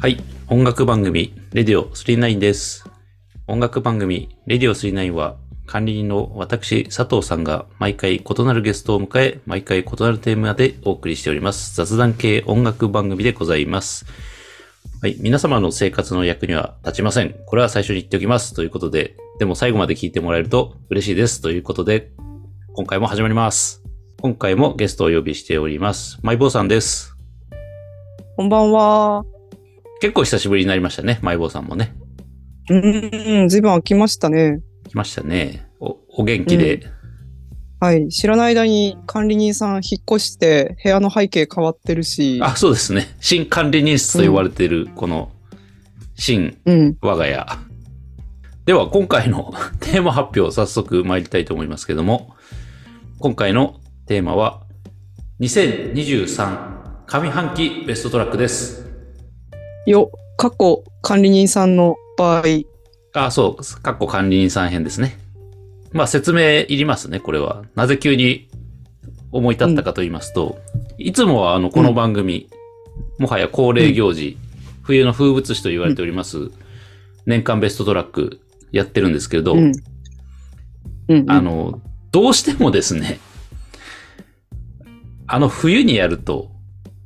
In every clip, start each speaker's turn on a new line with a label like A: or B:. A: はい。音楽番組、レディオ39です。音楽番組、レディオ39は、管理人の私、佐藤さんが毎回異なるゲストを迎え、毎回異なるテーマでお送りしております。雑談系音楽番組でございます。はい。皆様の生活の役には立ちません。これは最初に言っておきます。ということで、でも最後まで聞いてもらえると嬉しいです。ということで、今回も始まります。今回もゲストをお呼びしております。マイボーさんです。
B: こんばんは。
A: 結構久しぶりになりましたね。マイボーさんもね。
B: うーん、ずいぶん空きましたね。
A: 来ましたね。お、お元気で。
B: はい。知らない間に管理人さん引っ越して部屋の背景変わってるし。
A: あ、そうですね。新管理人室と呼ばれている、この、新
B: うん。
A: 我が家。では、今回の テーマ発表、早速参りたいと思いますけども、今回のテーマは、2023上半期ベストトラックです。
B: よ、過去管理人さんの場合。
A: あ、そう。かっこ管理人さん編ですね。まあ説明いりますね、これは。なぜ急に思い立ったかと言いますと、いつもはあの、この番組、もはや恒例行事、冬の風物詩と言われております、年間ベストトラックやってるんですけれど、
B: うん。うん。
A: あの、どうしてもですね、あの冬にやると、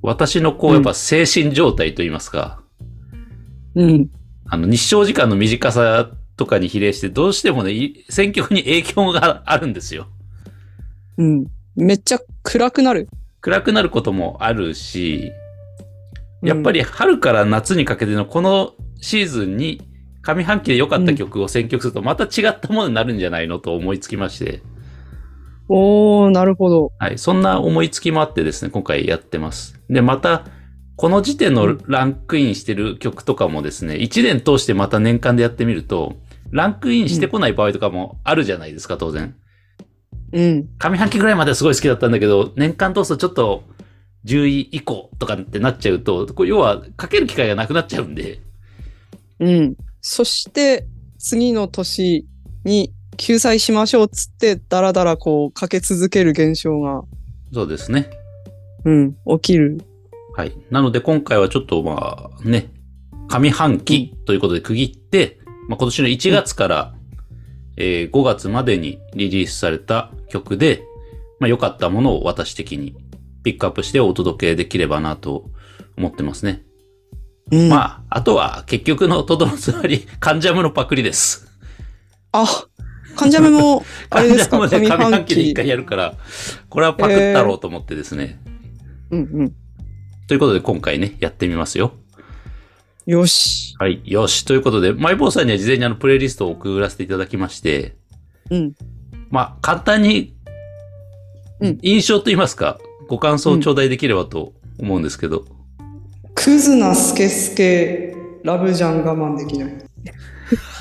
A: 私のこう、やっぱ精神状態と言いますか、
B: うん。
A: あの、日照時間の短さとかに比例して、どうしてもね、い選挙に影響があるんですよ。
B: うん。めっちゃ暗くなる。
A: 暗くなることもあるし、やっぱり春から夏にかけてのこのシーズンに、上半期で良かった曲を選曲すると、また違ったものになるんじゃないのと思いつきまして、
B: うん。おー、なるほど。
A: はい、そんな思いつきもあってですね、今回やってます。で、また、この時点のランクインしてる曲とかもですね、1年通してまた年間でやってみると、ランクインしてこない場合とかもあるじゃないですか、当然。
B: うん。
A: 上半期ぐらいまではすごい好きだったんだけど、年間通すとちょっと10位以降とかってなっちゃうと、こう要はかける機会がなくなっちゃうんで、
B: うん。そして、次の年に救済しましょうっつって、だらだらこうかけ続ける現象が、
A: そうですね。
B: うん、起きる。
A: はい。なので今回はちょっとまあね、上半期ということで区切って、まあ、今年の1月から、えー5月までにリリースされた曲で、まあ、良かったものを私的にピックアップしてお届けできればなと思ってますね。
B: うん。
A: まあ、あとは結局のとどのつまり、カンジャムのパクリです。
B: あ、患者目も、あれですか、
A: もね、上
B: 上
A: 半
B: 半
A: 期で一
B: 期。
A: 回やるから、これはパクったろうと思ってですね。
B: うんうん。
A: ということで今回ね、やってみますよ。
B: よし。
A: はい。よし。ということで、マイボーさんには事前にあの、プレイリストを送らせていただきまして、
B: うん。
A: まあ、簡単に
B: うん、
A: 印象と言いますか、ご感想を頂戴できればと思うんですけど、
B: クズなスケスケ、ラブじゃん我慢できない。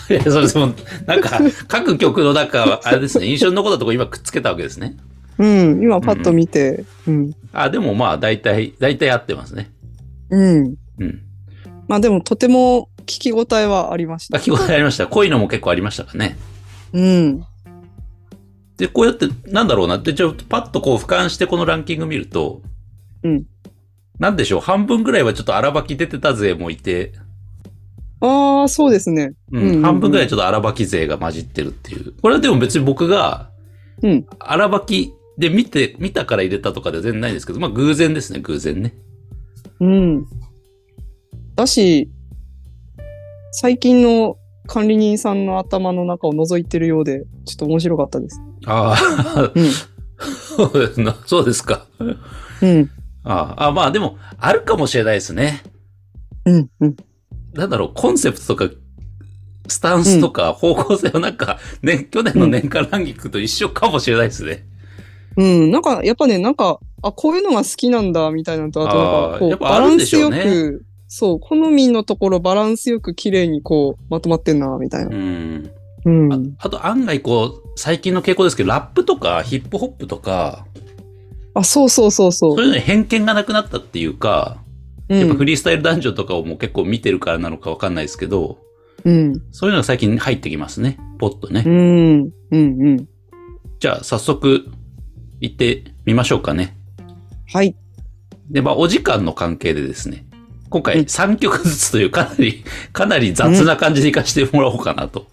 A: いや、それでも、なんか、各曲の中、あれですね、印象に残ったところ今くっつけたわけですね。
B: うん、今パッと見て、うん。
A: あ、でもまあ、大体、大体合ってますね。
B: うん。
A: うん。
B: まあでも、とても聞き応えはありまし
A: あ、
B: た。
A: 聞こえありました。こういうのも結構ありましたかね。
B: うん。
A: で、こうやって、なんだろうなって、ちょっとパッとこう俯瞰してこのランキング見ると、
B: うん。
A: なんでしょう、半分ぐらいはちょっと荒ばき出てた勢もいて、
B: ああ、そうですね。
A: うん
B: うんうんうん
A: 半分ぐらいちょっと荒ばき勢が混じってるっていう。これはでも別に僕が、
B: うん
A: 荒ばきで見て、見たから入れたとかでは全然ないですけど、まあ偶然ですね、偶然ね。
B: うん。だし、最近の管理人さんの頭の中を覗いてるようで、ちょっと面白かったです。
A: ああ、 そうですなそうですか。
B: うん。うん。
A: ああ、あまあでも、あるかもしれないですね。
B: うん。うん。
A: なんだろう、コンセプトとか、スタンスとか方向性はなんか、 ね、去年の年間ランキングと一緒かもしれないですね。
B: うん、なんか、やっぱね、なんか、あ、こういうのが好きなんだ、みたいなのと、あとなん
A: あー
B: か、こ
A: や
B: う、
A: っぱあ
B: バラ
A: るん
B: ン
A: でし
B: ス
A: ょう
B: よ
A: ね
B: く、そう、好みのところバランスよく綺麗にこう、まとまってんな、みたいな。
A: うん。
B: うん。
A: ああと案外こう、最近の傾向ですけど、ラップとかヒップホップとか、
B: あ、そうそうそうそ
A: そういう
B: う。
A: のに偏見がなくなったっていうか、
B: う
A: やっぱフ
B: ん。
A: リースタイルダンジョンとかをもう結構見てるからなのかわかんないですけど、
B: うん。
A: そういうのが最近入ってきますね。ポッとね
B: う。ん。うん。うん。
A: じゃあ早速行ってみましょうかね。
B: はい。
A: で、まあお時間の関係でですね、今
B: うん
A: 回3曲ずつというかなり、かなり雑な感じでいかしてもらおうかなと。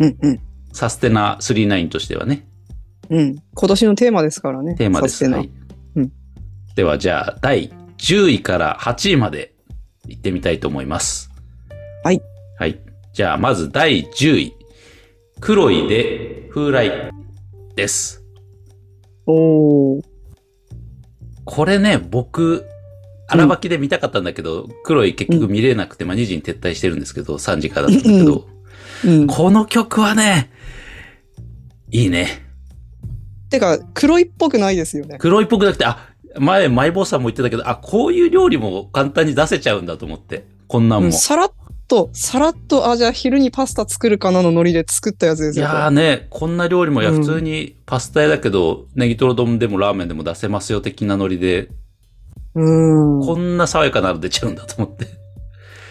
B: うんうん。
A: サステナ39としてはね、
B: うん。今年のテーマですからね。
A: テーマで
B: サス
A: す。
B: テナ
A: はい
B: うん
A: ではじゃあ、第10位から8位まで行ってみたいと思います。
B: はい。
A: はい。じゃあ、まず第10位。黒いで風来です。
B: おー。
A: これね、僕、荒ばきで見たかったんだけど、黒い結局見れなくて、まあ、2時に撤退してるんですけど、3時からだったんだけど、
B: うん。
A: この曲はね、いいね。
B: てか、黒いっぽくないですよね。
A: 黒いっぽくなくて、あ、前、マイボーさんも言ってたけど、あ、こういう料理も簡単に出せちゃうんだと思って、こんなん
B: う
A: も。
B: ん、さらっと、さらっと、あ、じゃあ昼にパスタ作るかなのノリで作ったやつで
A: い
B: すよ。
A: やーね、こんな料理も、いや、
B: うん
A: 普通にパスタ屋だけど、ネギトロ丼でもラーメンでも出せますよ、的なノリで、
B: うーん。
A: こんな爽やかなの出ちゃうんだと思って。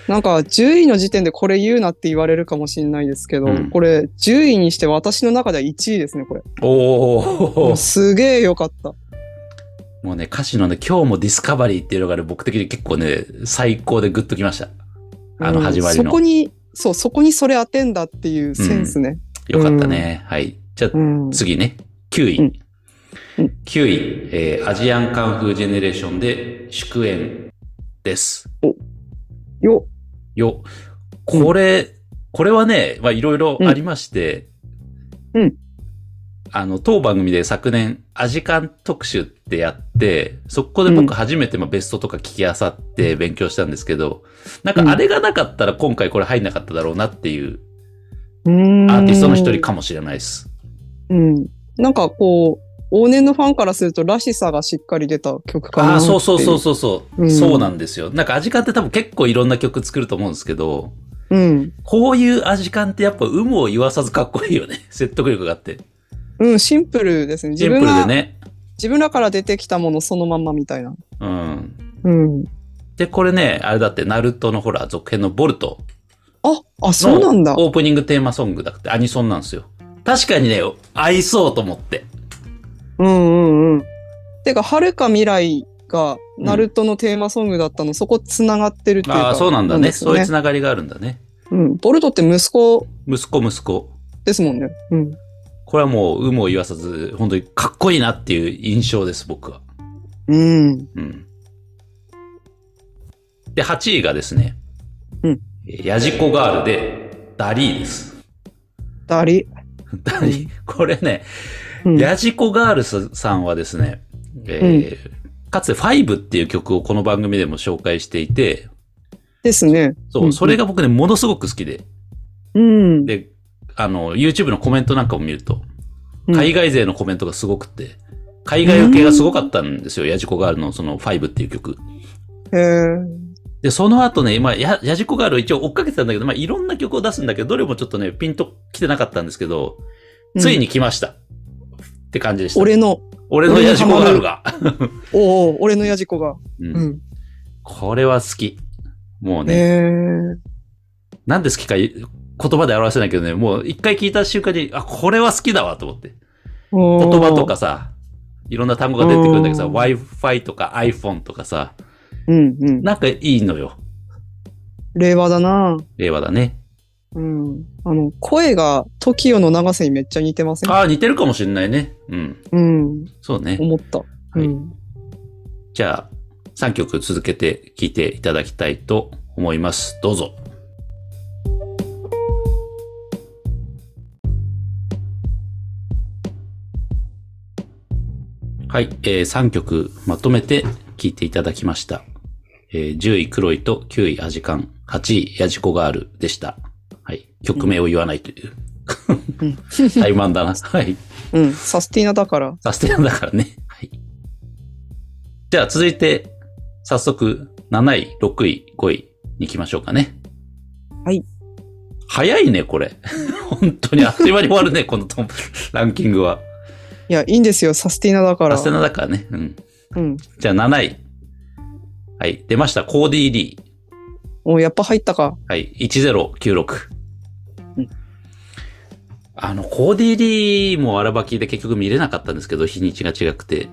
B: なんか10位の時点でこれ言うなって言われるかもしれないですけど、
A: うん
B: これ10位にして私の中では1位ですね、これ。
A: お
B: もう
A: ー。
B: すげえ良かった。
A: もうね、歌詞のね、今日もディスカバリーっていうのがね、僕的に結構ね、最高でグッときました。あの
B: うん
A: 始まりの
B: そこに、そう、そこにそれ当てんだっていうセンスね。
A: よかったね。はい。じゃあ、
B: うん。
A: 次ね、9位。
B: うんうん
A: 9位、えーアジアンカンフージェネレーションで、祝宴です。
B: よ、
A: よ、これ、これはね、まあ、いろいろありまして、
B: うんうん
A: あの、当番組で昨年、アジカン特集ってやって、そこで
B: うん
A: 僕初めて、まあ、ベストとか聞きあさって勉強したんですけど、なんかあれがなかったら今回これ入んなかっただろうなっていう
B: うーん
A: アーティストの一人かもしれないです。
B: うん。なんかこう、往年のファンからするとらしさがしっかり出た曲かな
A: ああ、そう
B: って
A: そうそうそうそう、
B: うん
A: そうなんですよ。なんかアジカンって多分結構いろんな曲作ると思うんですけど、
B: う。うん。
A: こういうアジカンってやっぱ有無を言わさずかっこいいよね。 説得力があって。
B: うん、シンプルですね。自
A: シン
B: 分
A: プルで
B: が、
A: ね。
B: 自分らから出てきたものそのまんまみたいな。
A: うん。
B: うん。
A: で、これね、あれだって、ナルトのほら、続編のボルト
B: あ、あ、そうなんだ
A: の。オープニングテーマソングだって、アニソンなんですよ。確かにね、合いそうと思って。
B: うんうんうん。てか、はるか未来が、ナルトのテーマソングだったの、そこ繋がってるっていうか。
A: ああ、そうなんだね。
B: ですよ
A: そういうつながりがあるんだね。
B: うん。ボルトって息子
A: 息子、息子。
B: ですもんね。うん。
A: これはもう、有無を言わさず、本当にかっこいいなっていう印象です、僕は。
B: うん。
A: うん。で、8位がですね、
B: うん。
A: ヤジコガールで、ダリーです。
B: ダリ。
A: ダリー、これね、
B: うん。
A: ヤジコガールズさんはですね、えーかつて5っていう曲をこの番組でも紹介していて、
B: ですね。
A: そう、それが僕ね、ものすごく好きで、
B: うん。
A: で、あの、YouTube のコメントなんかを見ると、
B: うん
A: 海外勢のコメントがすごくて、海外受けがすごかったんですよ、ヤジコガールのその5っていう曲。
B: へー
A: で、その後ね、まあ、やヤジコガールを一応追っかけてたんだけど、まあ、いろんな曲を出すんだけど、どれもちょっとね、ピンと来てなかったんですけど、つい。
B: うん
A: に来ました。って感じでした。
B: 俺の、
A: 俺のヤジコガールが。
B: おうおう、俺のやじこが。
A: うん
B: うん。
A: これは好き。もう
B: へ
A: ね、
B: え。
A: なんで好きか言葉で表せないけどね、もう一回聞いた瞬間に、あ、これは好きだわと思って。
B: 言
A: 言葉と。かさ、いろんな単語が出てくるんだけどさ、
B: うん
A: Wi-Fi とか iPhone とかさ、
B: うんうん。
A: なんかいいのよ。
B: 令和だな。
A: 令和だね。
B: うん。あの、声が TOKIO の長瀬にめっちゃ似てません
A: ああ、似てるかもしんないね。うん。
B: うん。
A: そうね。
B: 思った。
A: はい
B: うん。
A: じゃあ、3曲続けて聴いていただきたいと思います。どうぞ。はい、えー3曲まとめて聴いていただきました。えー10位黒いと9位アジカン、8位ヤジコガールでした。はい、曲名を言わないという。
B: うん
A: 怠慢だな。 はい。
B: うん。サスティナだから。
A: サステナだからね。 はい。じゃあ続いて、早速、7位、6位、5位に行きましょうかね。
B: はい。
A: 早いね、これ。 本当にあっという間に終わ るね、このトンランキングは。
B: いや、いいんですよ。サスティナだから。
A: サステナだからね。うん。
B: うん。
A: じゃあ7位。はい。出ました。コーディー・リー。
B: おやっぱ入ったか。
A: はい。1096。
B: うん
A: あの、コーディー・リーも荒ばきで結局見れなかったんですけど、日にちが違くて。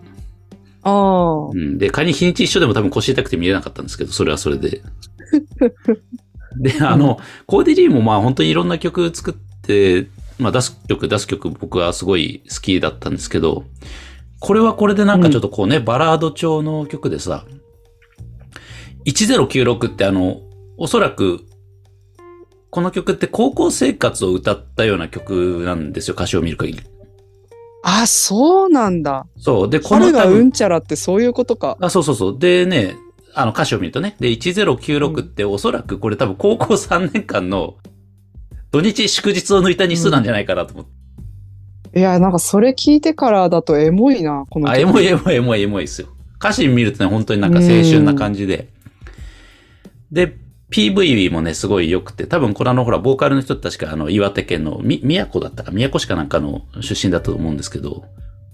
B: ああ
A: う。ん、で、仮に日にち一緒でも多分腰痛くて見れなかったんですけど、それはそれで。で、あの、コーディリーもまあ本当にいろんな曲作って、まあ出す曲、出す曲僕はすごい好きだったんですけど、これはこれでなんかちょっとこうね、バラード調の曲でさ、1096ってあの、おそらく、この曲って高校生活を歌ったような曲なんですよ、歌詞を見る限り。
B: あ、そうなんだ。
A: そう。で、この
B: 彼が
A: 多分
B: うんちゃらってそういうことか。
A: あ、そうそうそう。でね、あの歌詞を見るとね、で、1096っておそらくこれ多分高校3年間の土日祝日を抜いた日数なんじゃないかなと思って。
B: いや、なんかそれ聞いてからだとエモいな、この曲
A: あ、エモいエモいエモいエモいですよ。歌詞見るとね、本当になんか青春な感じで。で、PV もね、すごい良くて、多分これあの、ほら、ボーカルの人って確かあの、岩手県のみ、宮古だったか、宮古市かなんかの出身だったと思うんですけど、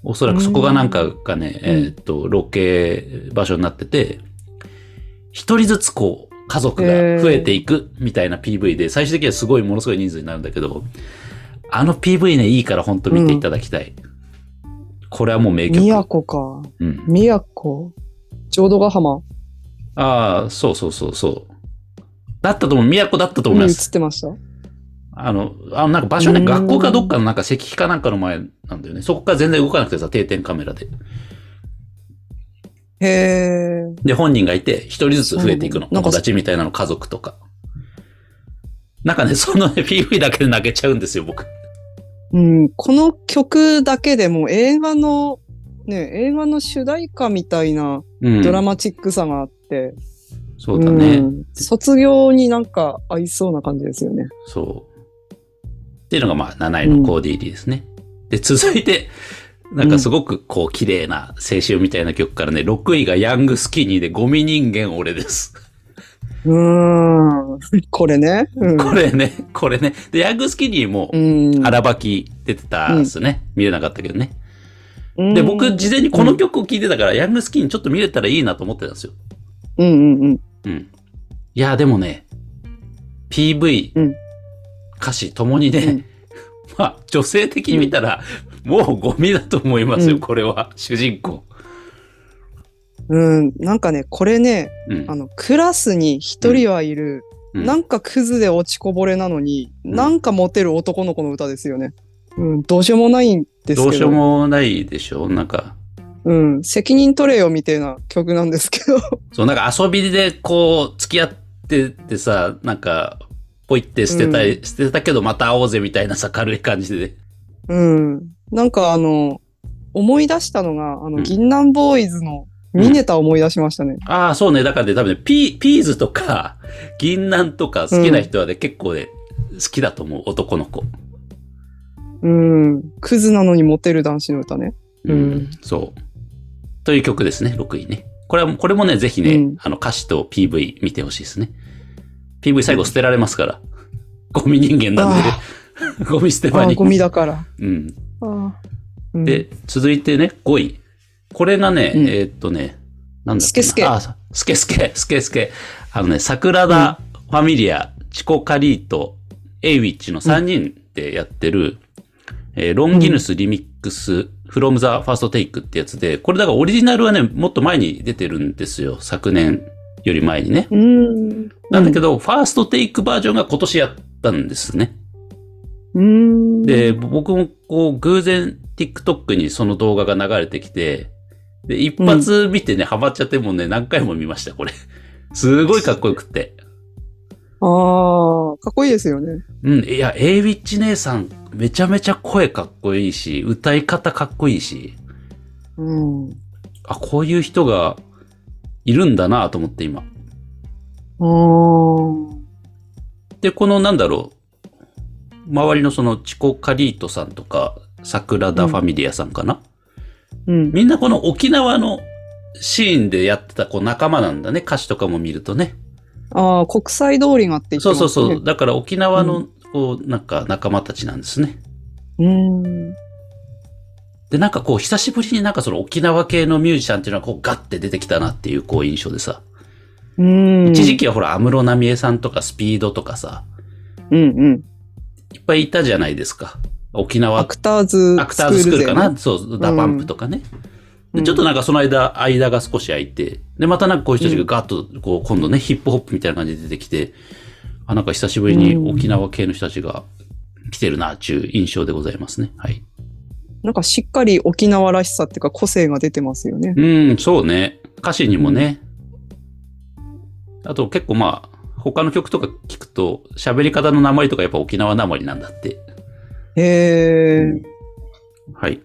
A: おそらくそこがなんかがね、
B: うん
A: えーっと、ロケ場所になってて、一人ずつこう、家族が増えていくみたいな PV で、最終的にはすごい、ものすごい人数になるんだけど、あの PV ね、いいから本当見ていただきたい。これはもう名曲。
B: 宮古か。
A: うん。
B: 宮古。浄土ヶ浜
A: ああ、そうそうそうそう。だったと思う。都だったと思
B: に
A: い
B: 映
A: ま
B: っ
A: す。
B: てました。
A: あの、あのなんか場所ね、
B: うん
A: 学校かどっかのなんか石碑かなんかの前なんだよね。そこから全然動かなくてさ、定点カメラで。
B: へえ。
A: で、本人がいて、一人ずつ増えていくの。
B: うんなんか
A: 友達みたいなの、家族とか。なんかね、そのね、PV だけで泣けちゃうんですよ、僕。
B: うん、この曲だけでも映画の、ね、映画の主題歌みたいな
A: うん。
B: ドラマチックさがあって、
A: そうだね。
B: ん卒業になんか合いそうな感じですよね。
A: そう。っていうのがまあ7位のコーディーリーですね。で、続いて、なんかすごくこう綺麗な青春みたいな曲からね、6位がヤングスキニーでゴミ人間俺です。
B: うーん。これね。うん。
A: これね、これね。で、ヤングスキニーも
B: うん
A: 腹ばき出てたんですね。見れなかったけどね。
B: うん
A: で、僕事前にこの曲を聴いてたから、ヤングスキニーちょっと見れたらいいなと思ってたんですよ。
B: うんうんうん。
A: うん。いや、でもね、PV、
B: うん
A: 歌詞ともにね、
B: うん
A: まあ、女性的に見たら、もうゴミだと思いますよ、
B: うん
A: これは、主人公。
B: うん、なんかね、これね、
A: うん
B: あ。の、クラスに一人はいる、
A: うん
B: なんかクズで落ちこぼれなのに、
A: ん
B: なんかモテる男の子の歌ですよね。うん、どうしようもないんですけど。
A: どうしようもないでしょなんか、
B: うん、責任取れよみたいな曲なんですけど。
A: そう、なんか遊びでこう、付き合っててさ、なんか、ポイって捨てたり、捨てたけどまた会おうぜみたいなさ、軽い感じで。
B: うん。なんかあの、思い出したのが、あ
A: うん
B: の、銀杏ボーイズのミネタを思い出しましたね。
A: ああ、そうね。だからね、多分ね、ピー、ピーズとか、銀杏とか好きな人はね、結構ね、好きだと思う、男の子。
B: うん、クズなのにモテる男子の歌ね。うん
A: そう。という曲ですね、6位ね。これは、これもね、ぜひね、
B: うん
A: あの歌詞と PV 見てほしいですね。PV 最後捨てられますから。ゴミ人間なん
B: あ
A: で、 ゴミ捨て
B: あ
A: 場
B: あ、
A: に。
B: ゴミだから。
A: うん。
B: あーうん、
A: で、続いてね、5位。これがね、
B: うん
A: えーっとね、なんだっけな
B: スケスケ
A: あ、さスケスケ、 スケスケ。あのね、桜田ファミリア、チコカリート、エイウィッチの3人でやってる、えーロンギヌスリミックス、フロムザファーストテイクってやつで、これだからオリジナルはね、もっと前に出てるんですよ。昨年より前にね。
B: うん。
A: なんだけど、ファーストテイクバージョンが今年やったんですね。
B: うん。
A: で、僕もこう、偶然 TikTok にその動画が流れてきて、で、一発見てね、ハマっちゃってもうね、何回も見ました、これ。 すごいかっこよくて。
B: ああ、かっこいいですよね。
A: うん、いや、エイウィッチ姉さん、めちゃめちゃ声かっこいいし、歌い方かっこいいし、
B: うん。
A: あ、こういう人がいるんだなと思って今。
B: あー
A: で、このなんだろう、周りのそのチコカリートさんとか、桜田ファミリアさんかな、
B: うん。
A: みんなこの沖縄のシーンでやってたこう仲間なんだね。歌詞とかも見るとね。
B: ああ、国際通りがって言って
A: そ
B: ま
A: う
B: す、ね。
A: そうそう。。だから沖縄
B: う
A: のこうなんか仲間たちなんですね。
B: うん。
A: で、なんかこう久しぶりになんかその沖縄系のミュージシャンっていうのはこうガッて出てきたなっていうこう印象でさ。
B: うん。
A: 一時期はほら安室奈美恵さんとかスピードとかさ、
B: うんうん。
A: いっぱいいたじゃないですか。沖縄
B: アクターズ。
A: アクターズスクールか
B: 勢ね
A: な。そう、ダパンプとかね。でちょっとなんかその間、間が少し空いて、で、またなんかこういう人たちがガッと、こう、今度ね、ヒップホップみたいな感じで出てきて、あ、なんか久しぶりに沖縄系の人たちが来てるな、ちゅう印象でございますね。はい。
B: なんかしっかり沖縄らしさっていうか個性が出てますよね。
A: うん、そうね。歌詞にもね。あと結構まあ、他の曲とか聞くと、喋り方の名前とかやっぱ沖縄名りなんだって。
B: へえ。
A: はい。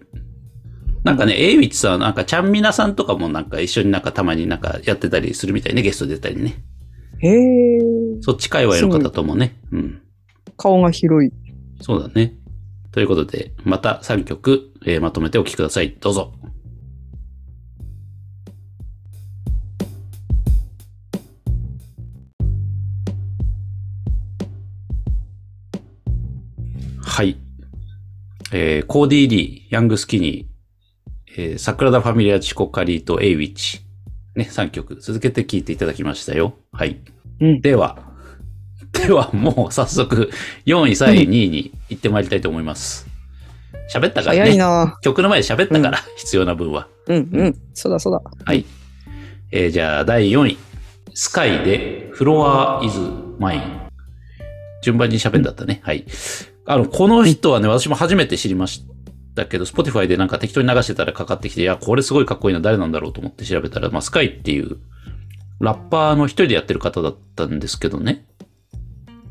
A: なんかね、エイウィッチさん、なんか、ちゃんみなさんとかもなんか一緒になんかたまになんかやってたりするみたいね、ゲスト出たりね。
B: へえ。
A: そっち界隈の方ともね。うん。
B: 顔が広い。
A: そうだね。ということで、また3曲、えーまとめてお聴きください。どうぞ。はい。えーコーディー・リー、ヤング・スキニー、えー、桜田ファミリア・チコ・カリーとエイウィッチ。ね、3曲続けて聴いていただきましたよ。はい。
B: うん
A: では、 ではもう早速、4位、3位、2位に行ってまいりたいと思います。喋ったから
B: 早い
A: ね。
B: な。
A: 曲の前で喋ったから、必要な分は。
B: うんうん。そうだそうだ。
A: はい。えーじゃあ、第4位。スカイで、フロアイズマイン。順番に喋んだったね。はい。あの、この人はね、私も初めて知りましたけど、Spotify でなんか適当に流してたらかかってきて、いや、これすごいかっこいいな、誰なんだろうと思って調べたら、まあ、スカイっていう、ラッパーの一人でやってる方だったんですけどね。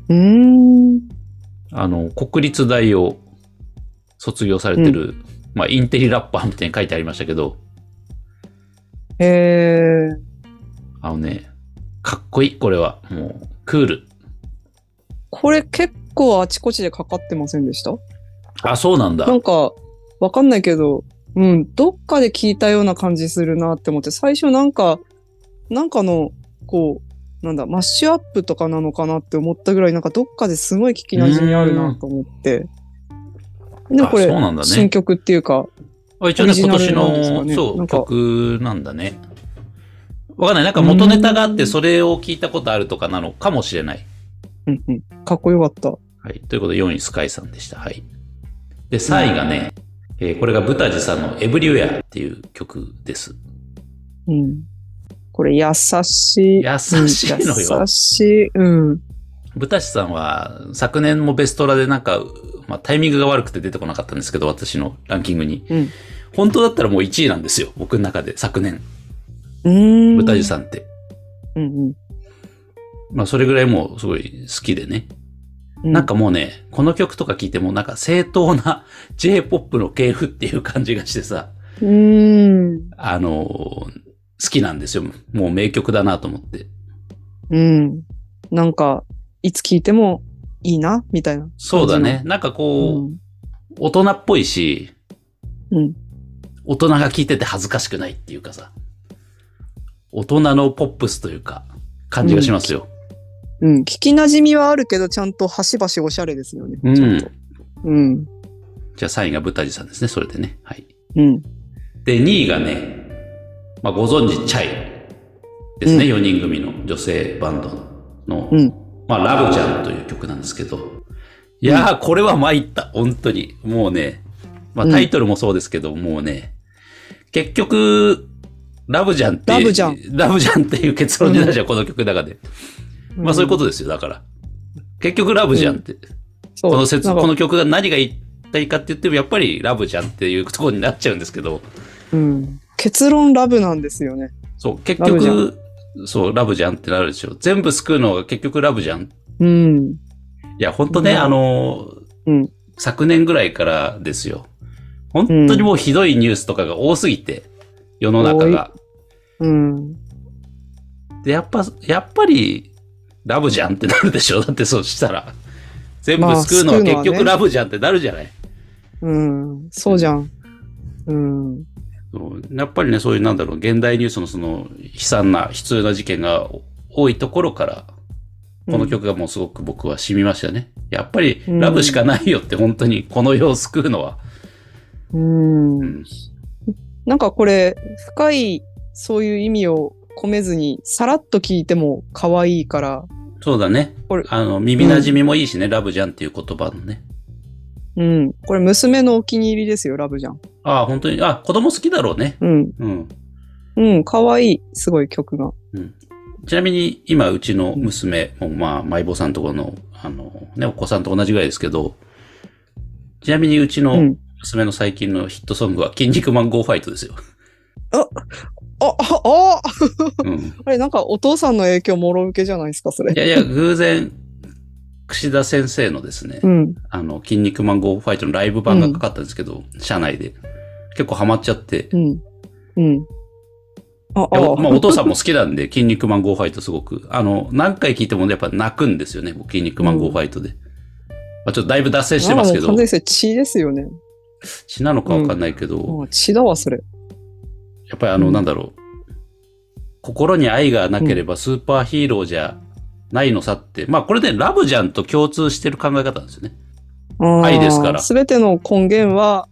B: うーん。
A: あの、国立大を卒業されてる、まあ、インテリラッパーみたいに書いてありましたけど、
B: へえ。
A: あのね、かっこいい、これは。もう、クール。
B: これ結構あちこちでかかってませんでした
A: あ、そうなんだ
B: な。んか、わかんないけど、うん、どっかで聞いたような感じするなって思って、最初なんか、なんかの、こう、なんだ、マッシュアップとかなのかなって思ったぐらい、なんかどっかですごい聞き馴染みあるなと思って。でもこ
A: あ
B: れ、
A: そうなんだね
B: 新曲っていうか、
A: あ一応ね、今
B: オリ
A: 年
B: ジナルなんですか
A: の、
B: ね
A: そ
B: な
A: う、
B: んか
A: 曲なんだね。わかんない。なんか元ネタがあって、それを聞いたことあるとかなのかもしれない。
B: うんうん、かっこよかった。
A: はい。ということで、4位、スカイさんでした。はい。で、3位がね、えーこれがブタジさんのエブリウェアっていう曲です。
B: うん。これ、優しい。
A: 優しいのよ
B: うん優しい。うん。
A: ブタシさんは、昨年もベストラでなんか、まあ、タイミングが悪くて出てこなかったんですけど、私のランキングに。
B: うん
A: 本当だったらもう1位なんですよ、僕の中で、昨年。
B: うーん。
A: ブタジさんって。
B: うん
A: まあ、それぐらいもうすごい好きでね。
B: うん。
A: なんかもうね、この曲とか聴いてもなんか正当な J-POP の系譜っていう感じがしてさ、
B: うん、うん。
A: あのー好きなんですよ。もう名曲だなと思って。
B: うん。なんか、いつ聞いてもいいな、みたいな。
A: そうだね。なんか
B: う
A: こ
B: ん。
A: う、大人っぽいし、
B: うん。
A: 大人が聴いてて恥ずかしくないっていうかさ、大人のポップスというか、感じがしますよ。
B: うん。聞き馴染みはあるけど、ちゃんと端々おしゃれですよね。
A: うん。
B: ちゃんとうん。
A: じゃあ3位がブタジさんですね、それでね。はい。
B: うん。
A: で、2位がね、まあ、ご存知、チャイですね、
B: うん
A: 4人組の女性バンドの、
B: うん
A: まあ、ラブちゃんという曲なんですけど、いやー、これは参った、本当に。もうね、まあ、
B: うん
A: タイトルもそうですけど、もうね、結局、ラブジャンって、
B: ラブジャン。
A: ラブジャンっていう結論になるじゃん、この曲の中で。まあそういうこととですよ、だから。結局ラブじゃんって。
B: そう
A: この説、
B: なん
A: こ
B: か
A: の曲が何が言いたいかって言っても、やっぱりラブじゃんっていうところになっちゃうんですけど、
B: うん。結論ラブなんですよね。
A: そう、結
B: ラブじゃん
A: 局、そう、ラブじゃんってなるでしょ。全部救うのが結局ラブじゃん。い
B: うん。
A: や、本当ね、
B: うん
A: あの、
B: うん
A: 昨年ぐらいからですよ。本当にもうひどいニュースとかが多すぎて、世の中が。
B: うん。
A: で、やっぱ、やっぱり、ラブじゃんってなるでしょ。だってそうしたら。全
B: ま
A: 部
B: あ
A: 救うのは
B: 救うのは
A: 結
B: ね
A: 局ラブじゃんってなるじゃない。
B: うん。そうじゃん。うん。
A: そうやっぱりね、そういうなんだろう、現代ニュースのその悲惨な、悲痛な事件が多いところから、この曲がもうすごく僕は染みましたね。やっぱり、
B: うん
A: ラブしかないよって本当にこの世を救うのは。
B: う
A: う
B: ん。うんん。なんかこれ、深い、そういう意味を込めずに、さらっと聞いても可愛いから、
A: そうだね
B: これ。
A: あの、耳馴染みもいいしね、ラブじゃんっていう言葉のね。
B: うん。これ娘のお気に入りですよ、ラブじゃん。
A: ああ、本当に、あ、子供好きだろうね。
B: うん。
A: うん。
B: うん、可愛いすごい曲が。
A: ちなみに、今、うちの娘、もうまあ、マイボさんとこの、あの、ね、お子さんと同じぐらいですけど、ちなみに、うち
B: う
A: の
B: ん
A: 娘の最近のヒットソングは、筋肉マンゴーファイトですよ。
B: あ、あ、あ、
A: うん。
B: あれなんかお父さんの影響もろ受けじゃないですか、それ
A: い。やいや、偶然、櫛田先生のですね
B: う、ん。
A: あの、筋肉マンゴーファイトのライブ版がかかったんですけど、社内で。結構ハマっちゃって。い
B: うん。うん。あ、
A: や
B: あ、
A: まあ、お父さんも好きなんで、 筋肉マンゴーファイトすごく。あの、何回聞いてもねやっぱ泣くんですよね、僕筋肉マンゴーファイトで。まあ、ちょっとだいぶ脱線してますけ
B: あも
A: ど
B: う完全、にそれ血ですよね。
A: 血なのかわかんないけど、
B: あ血だわ、それ。
A: やっぱりあの、
B: うん
A: なんだろう。心に愛がなければスーパーヒーローじゃないのさって、まあこれね、ラブジャンと共通してる考え方なんですよね。愛ですから
B: すべての根源は、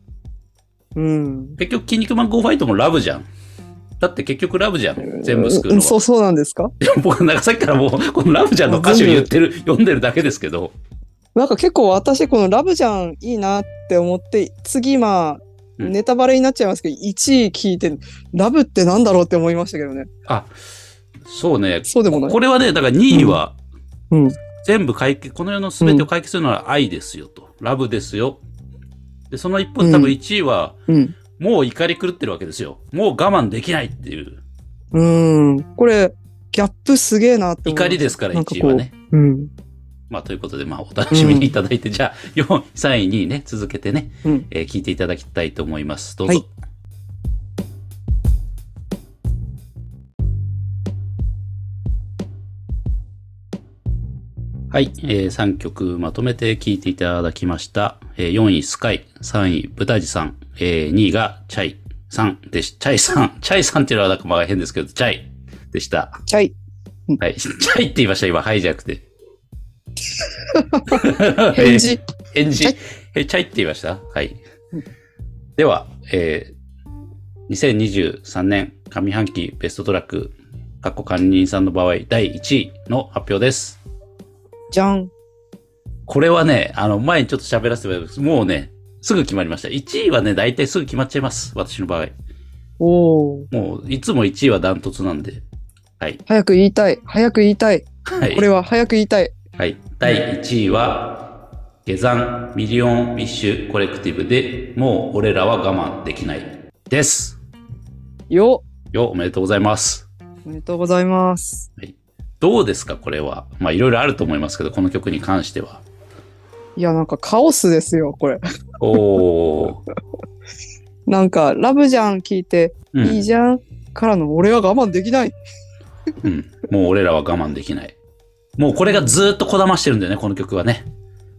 B: うん。
A: 結局、筋肉マンゴーファイトもラブじゃん。だって結局ラブじゃん。全部救う
B: う
A: の
B: んそ
A: は。
B: う、そうなんですか
A: 僕、なんかさっきからもう、このラブじゃんの歌詞を言ってる、読んでるだけですけど。
B: なんか結構私、このラブジャンいいなって思って、次、まあ、
A: うん
B: ネタバレになっちゃいますけど、1位聞いて、ラブってなんだろうって思いましたけどね。
A: あ、そうね。
B: そうでもない。
A: これはね、だから2位は、
B: うん。
A: 全部解決、この世の全てを解決するのは愛ですよと。ラブですよ。で、その一方で多分1位は、
B: うん。
A: もう怒り狂ってるわけですよ。もう我慢できないっていう。
B: うん。これ、ギャップすげえなって思い
A: 怒
B: ます
A: りですから、
B: なんか
A: 1
B: こ
A: 位
B: う
A: はね。
B: うん。
A: まあ、ということで、まあ、お楽しみにいただいて、じゃあ、4位、3位、2位ね、続けてね、
B: うん
A: えー聞いていただきたいと思います。どうぞ。
B: はい
A: はい、え3曲まとめて聞いていただきました。え4位、スカイ。3位、ブタジさん。え2位が、チャイさんでし、チャイさん。チャイさんっていうのはなんかまあ変ですけど、チャイでした。
B: チャイ。
A: はい。 チャイって言いました、今。はいじゃなくて。
B: 返事。
A: 返事
B: チャイ。
A: え、チャイって言いましたはい
B: うん。
A: では、えー、2023年上半期ベストトラック、かっこ管理人さんの場合、第1位の発表です。
B: じゃん。
A: これはね、あの、前にちょっと喋らせてもらいます。もうね、すぐ決まりました。1位はね、大体すぐ決まっちゃいます。私の場合。
B: おお。
A: もう、いつも1位はダントツなんで。はい。
B: 早く言いたい。早く言いたい。
A: はい
B: こ。れは早く言いたい。
A: はい。第1位は、下山ミリオンウィッシュコレクティブでもう俺らは我慢できないです。
B: よ。
A: よ、おめでとうございます。
B: おめでとうございます。
A: どうですかこれは。まあいろいろあると思いますけど、この曲に関しては。
B: いや、なんかカオスですよ、これ。
A: おー。
B: なんか、ラブじゃん聞いて、
A: うん
B: いいじゃんからの、俺は我慢できない。
A: うん。もう俺らは我慢できない。もうこれがずーっとこだましてるんだよね、この曲はね。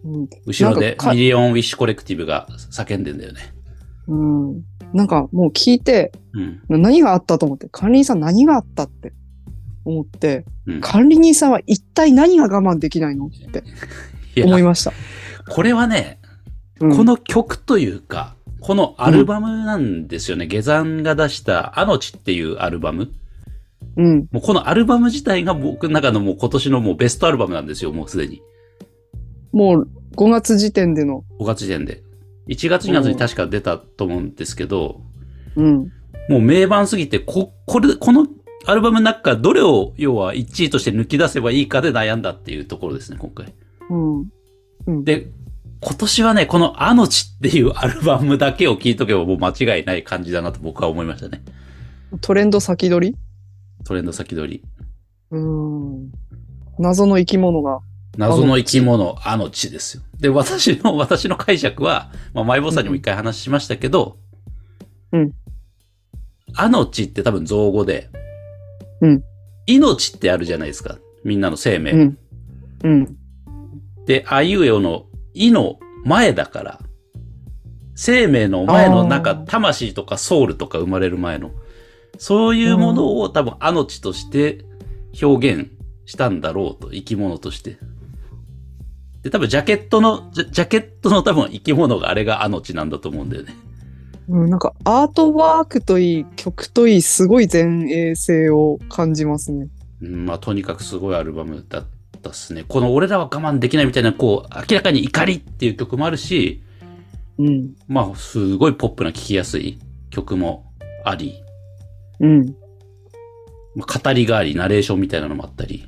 B: うん
A: 後ろ
B: なん
A: で
B: かか
A: ミリオンウィッシュコレクティブが叫んでんだよね。
B: うん。なんかもう聞いて、
A: うん。
B: な何があったと思って、管理人さん何があったって思って、
A: うん、
B: 管理人さんは一体何が我慢できないのって
A: いや
B: 思いました。
A: これはね、
B: うん
A: この曲というか、このアルバムなんですよね。下山が出した、あのちっていうアルバム。
B: うん。
A: もうこのアルバム自体が僕の中のもう今年のもうベストアルバムなんですよ、もうすでに。
B: もう5月時点での。
A: 5月時点で。1月2月に確か出たと思うんですけど、
B: うん。
A: もう名盤すぎて、こ、これ、このアルバムの中からどれを、要は1位として抜き出せばいいかで悩んだっていうところですね、今回。
B: うん。
A: で、今年はね、このあのちっていうアルバムだけを聴いとけばもう間違いない感じだなと僕は思いましたね。
B: トレンド先取り
A: トレンド先取り。
B: うん。謎の生き物が。
A: 謎の生き物、あの地ですよ。で、私の、 私の解釈は、まあ、マイボーさんにも一回話しましたけど、
B: うん。
A: あの地って多分造語で、
B: うん。
A: 命ってあるじゃないですか。みんなの生命。
B: うん。うん。
A: で、あいうえおの、いの前だから、生命の前の、
B: あー
A: なんか、魂とかソウルとか生まれる前の、そういうものを多分、あの地として表現したんだろうと、生き物として。で、多分、ジャケットの、ジャジャケットの多分、生き物があれがあの地なんだと思うんだよね。
B: うん、なんかアートワークといい曲といいすごい前衛性を感じますね。
A: うん、まあ、とにかくすごいアルバムだったっすね。この、俺らは我慢できないみたいな、こう、明らかに怒りっていう曲もあるし、
B: うん。
A: まあ、すごいポップな聴きやすい曲もあり、
B: うん。
A: まあ語りがあり、ナレーションみたいなのもあったり。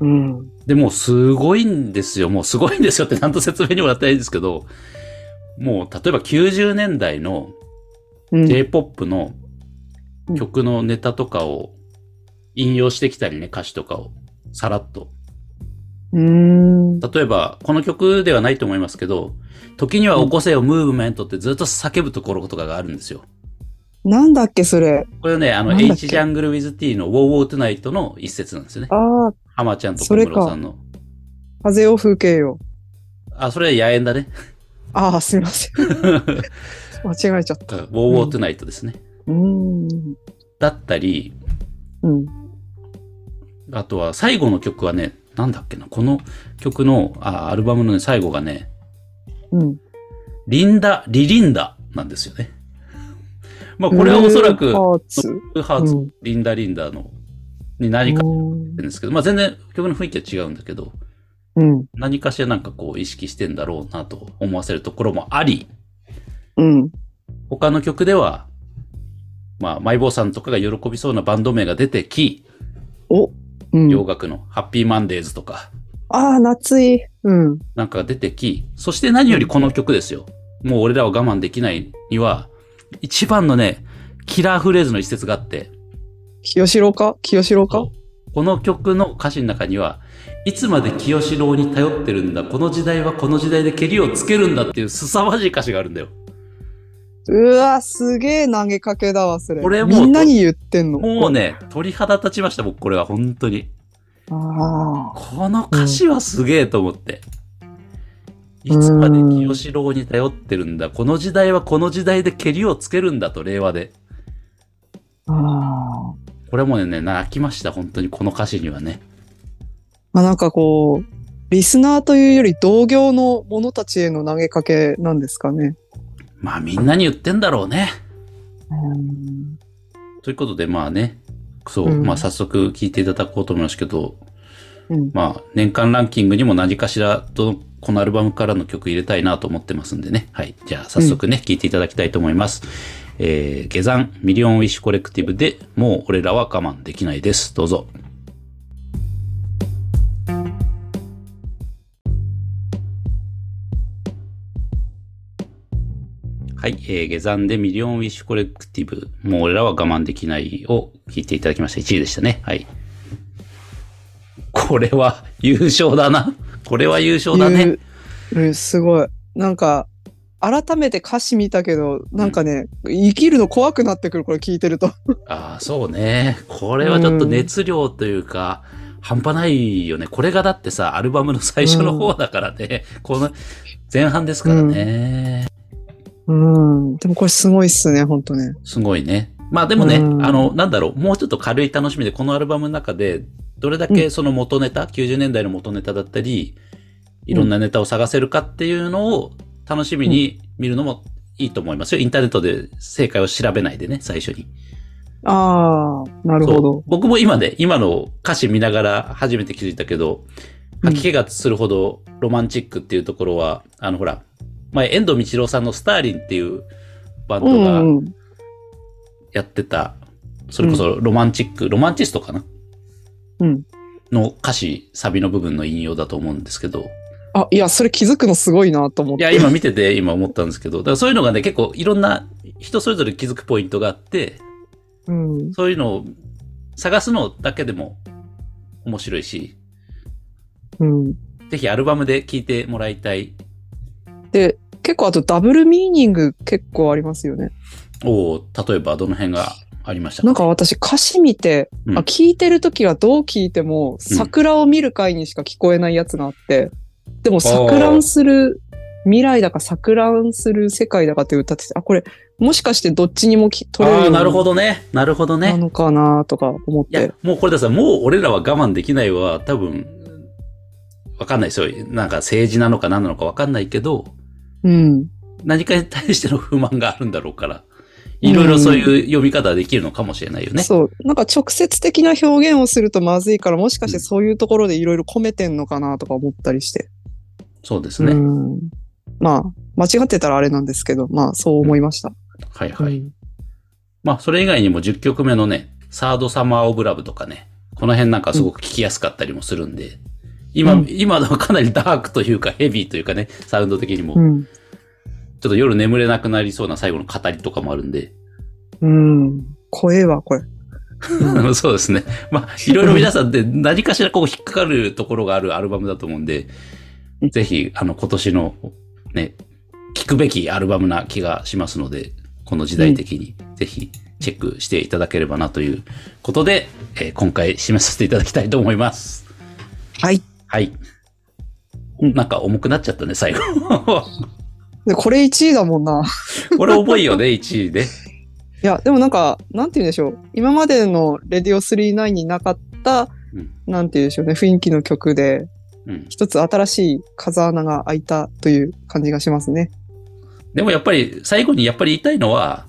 B: うん。
A: でもうすごいんですよ。もうすごいんですよ ってちゃんと説明にもらってないんですけど、もう例えば90年代の
B: うん。
A: J-POP の曲のネタとかを引用してきたりね、歌詞とかを。さらっと。
B: うん。
A: 例えば、この曲ではないと思いますけど、時には起こせよ、ムーブメントってずっと叫ぶところとかがあるんですよ。
B: なんだっけ、それ。
A: これね、あの、
B: なんだっ
A: H
B: け
A: ジャングル with T の Wow Wow Tonight の一節なんですよね。
B: ああ、
A: ハマちゃんと小室さんの。
B: 風を吹けよ。
A: あ、それは野縁だね。
B: ああ、すみま せん。
A: Wow
B: 間違えちゃった。
A: Wow Tonight ですね。
B: うん。
A: だったり、
B: うん。
A: あとは最後の曲はね、なんだっけな、この曲の、あ、アルバムのね、最後がね、
B: うん。
A: リンダ、リリンダなんですよね。まあこれはおそらく、
B: ハーツ。
A: ハーツ、リンダリンダの、に何か
B: うん
A: ってんですけど、まあ全然曲の雰囲気は違うんだけど、
B: うん。
A: 何かしらなんかこう意識してんだろうなと思わせるところもあり、
B: うん。
A: 他の曲では、まあ、マイボーさんとかが喜びそうなバンド名が出てき、
B: お。う
A: 洋
B: ん。
A: 楽のハッピーマンデーズとか、
B: ああ、夏い。うん。
A: なんかが出てき、そして何よりこの曲ですよ。もう俺らは我慢できないには、一番のね、キラーフレーズの一節があって、
B: 清志郎か清志郎か
A: この曲の歌詞の中には、いつまで清志郎に頼ってるんだ、この時代はこの時代でケリをつけるんだっていう凄まじい歌詞があるんだよ。
B: うわ、すげえ投げかけだわ、それ。
A: これもう
B: みんなに言ってんの。
A: もうね、鳥肌立ちました、僕これは本当に。
B: ああ。
A: この歌詞はすげえと思って。いつまで清志郎に頼ってるんだ。この時代はこの時代でケリをつけるんだと、令和で。
B: ああ。
A: これもね、泣きました、本当に、この歌詞にはね。
B: まあなんかこう、リスナーというより同業の者たちへの投げかけなんですかね。
A: まあ、みんなに言ってんだろうね。
B: うん。
A: ということで、まあね、そう、
B: うん
A: まあ、早速聞いていただこうと思いますけど、
B: うん、
A: まあ、年間ランキングにも何かしら、どのこのアルバムからの曲入れたいなと思ってますんでね。はい。じゃあ、早速ね、聞いていただきたいと思います。えー、下山ミリオンウィッシュコレクティブでもう俺らは我慢できないです。どうぞ。はい、えー、下山でミリオンウィッシュコレクティブ、もう俺らは我慢できないを聞いていただきました。1位でしたね。はい。これは優勝だな。これは優勝だね。
B: いううんすごい。なんか、改めて歌詞見たけど、なんかね、生きるの怖くなってくる、これ聞いてると。
A: ああ、そうね。これはちょっと熱量というか、半端ないよね。これがだってさ、アルバムの最初の方だからね。この前半ですからね。
B: うん。でもこれすごいっすね、ほんとね。
A: すごいね。まあでもね、
B: うん
A: あの、なんだろう、もうちょっと軽い楽しみで、このアルバムの中で、どれだけその元ネタ、90年代の元ネタだったり、いろんなネタを探せるかっていうのを楽しみに見るのもいいと思いますよ。インターネットで正解を調べないでね、最初に。
B: ああ、なるほ
A: そう
B: ど。
A: 僕も今ね、今の歌詞見ながら初めて気づいたけど、
B: うん
A: 吐き気がするほどロマンチックっていうところは、あのほら、前遠藤道郎さんのスターリンっていうバン
B: う
A: ドが
B: んうん。
A: やってた、それこそロマンチック、ロマンチストかな
B: うん。
A: の歌詞、サビの部分の引用だと思うんですけど、
B: あ、いや、それ気づくのすごいなと思っ
A: い
B: て。
A: や、今見てて今思ったんですけど、だからそういうのがね、結構いろんな人それぞれ気づくポイントがあって、
B: うん。
A: そういうのを探すのだけでも面白いし、
B: うん。
A: ぜひアルバムで聴いてもらいたい。
B: で、結構あとダブルミーニング結構ありますよね。
A: おお、例えばどの辺がありましたか
B: なんか私歌詞見て、
A: うん
B: あ聞いてる時はどう聞いても桜を見る回にしか聞こえないやつがあって、でも錯乱する未来だか錯乱する世界だかって歌ってて、あ、これもしかしてどっちにもき取れる
A: あ
B: よ
A: あ、
B: う
A: なるほ
B: な
A: どね。なるほどね。
B: のかなとか思っ
A: いや
B: て。、
A: もうこれださ、もう俺らは我慢できないは多分、わかんないですよ。なんか政治なのか何なのかわかんないけど、
B: うん。
A: 何かに対しての不満があるんだろうから、いろいろそういう読み方ができるのかもしれないよね。
B: そう。なんか直接的な表現をするとまずいから、もしかしてそういうところでいろいろ込めてんのかなとか思ったりして。
A: そうです
B: う
A: ね。
B: ん。まあ、間違ってたらあれなんですけど、まあ、そう思いました。
A: はいはい。
B: うん
A: まあ、それ以外にも10曲目のね、サードサマーオブラブとかね、この辺なんかすごく聞きやすかったりもするんで、今、
B: うん
A: 今のはかなりダークというかヘビーというかね、サウンド的にも、ち
B: う
A: ょっ
B: ん。
A: と夜眠れなくなりそうな最後の語りとかもあるんで、
B: うん。怖えわ、これ。
A: そうですね。まあ、いろいろ皆さんで何かしらこう引っかかるところがあるアルバムだと思うんで
B: う、ん
A: ぜひ、あの、今年のね、聞くべきアルバムな気がしますので、この時代的に、ぜひチェックしていただければなということで、えー今回締めさせていただきたいと思います。
B: はい。
A: はい。
B: うん
A: なんか重くなっちゃったね、最後。
B: で、これ1位だもんな。
A: これ重いよね、1位ね。
B: いや、でもなんか、なんて言うんでしょう。今までのレディオ39になかった、
A: うん
B: なんて言うんでしょうね、雰囲気の曲で、
A: うん。
B: 一つ新しい風穴が開いたという感じがしますね。
A: でもやっぱり、最後にやっぱり言いたいのは、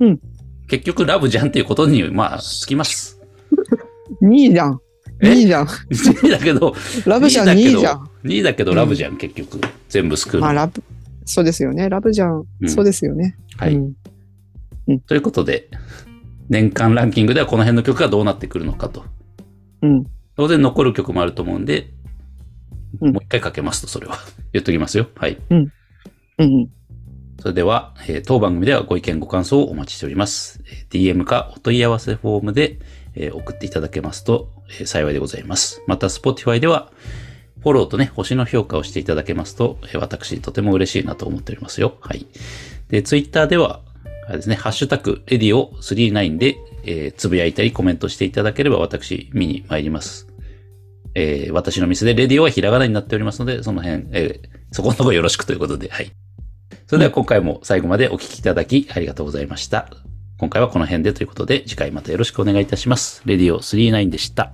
B: うん
A: 結局ラブじゃんっていうことに、まあ、つきます。
B: 2位じゃん。2
A: え
B: 位じゃん。
A: 2位だけど、
B: ラブじゃん、2
A: いいだけ
B: 位
A: ど
B: じゃん。
A: 2位だけどラブじゃん、結局。全部救うの。
B: まあ、ラブ、そうですよね。ラブじゃん。
A: うん
B: そうですよね。
A: はい、
B: うん
A: ということで、年間ランキングではこの辺の曲がどうなってくるのかと。
B: うん。
A: 当然残る曲もあると思うんで、
B: うん
A: もう一回かけますと、それは。 言っときますよ。はい。
B: うん。
A: それでは、えー当番組ではご意見ご感想をお待ちしております。えー DM かお問い合わせフォームで、えー送っていただけますと、えー幸いでございます。また Spotify ではフォローとね、星の評価をしていただけますと、えー私とても嬉しいなと思っておりますよ。はい。で、Twitter では、あれですね、ハッシュタグ、レディオ39で、えーつぶやいたりコメントしていただければ私見に参ります。えー私の店でレディオはひらがなになっておりますので、その辺、えーそこのとこよろしくということで、はい。それでは今回も最後までお聞きいただきありがとうございました。今回はこの辺でということで、次回またよろしくお願いいたします。レディオ39でした。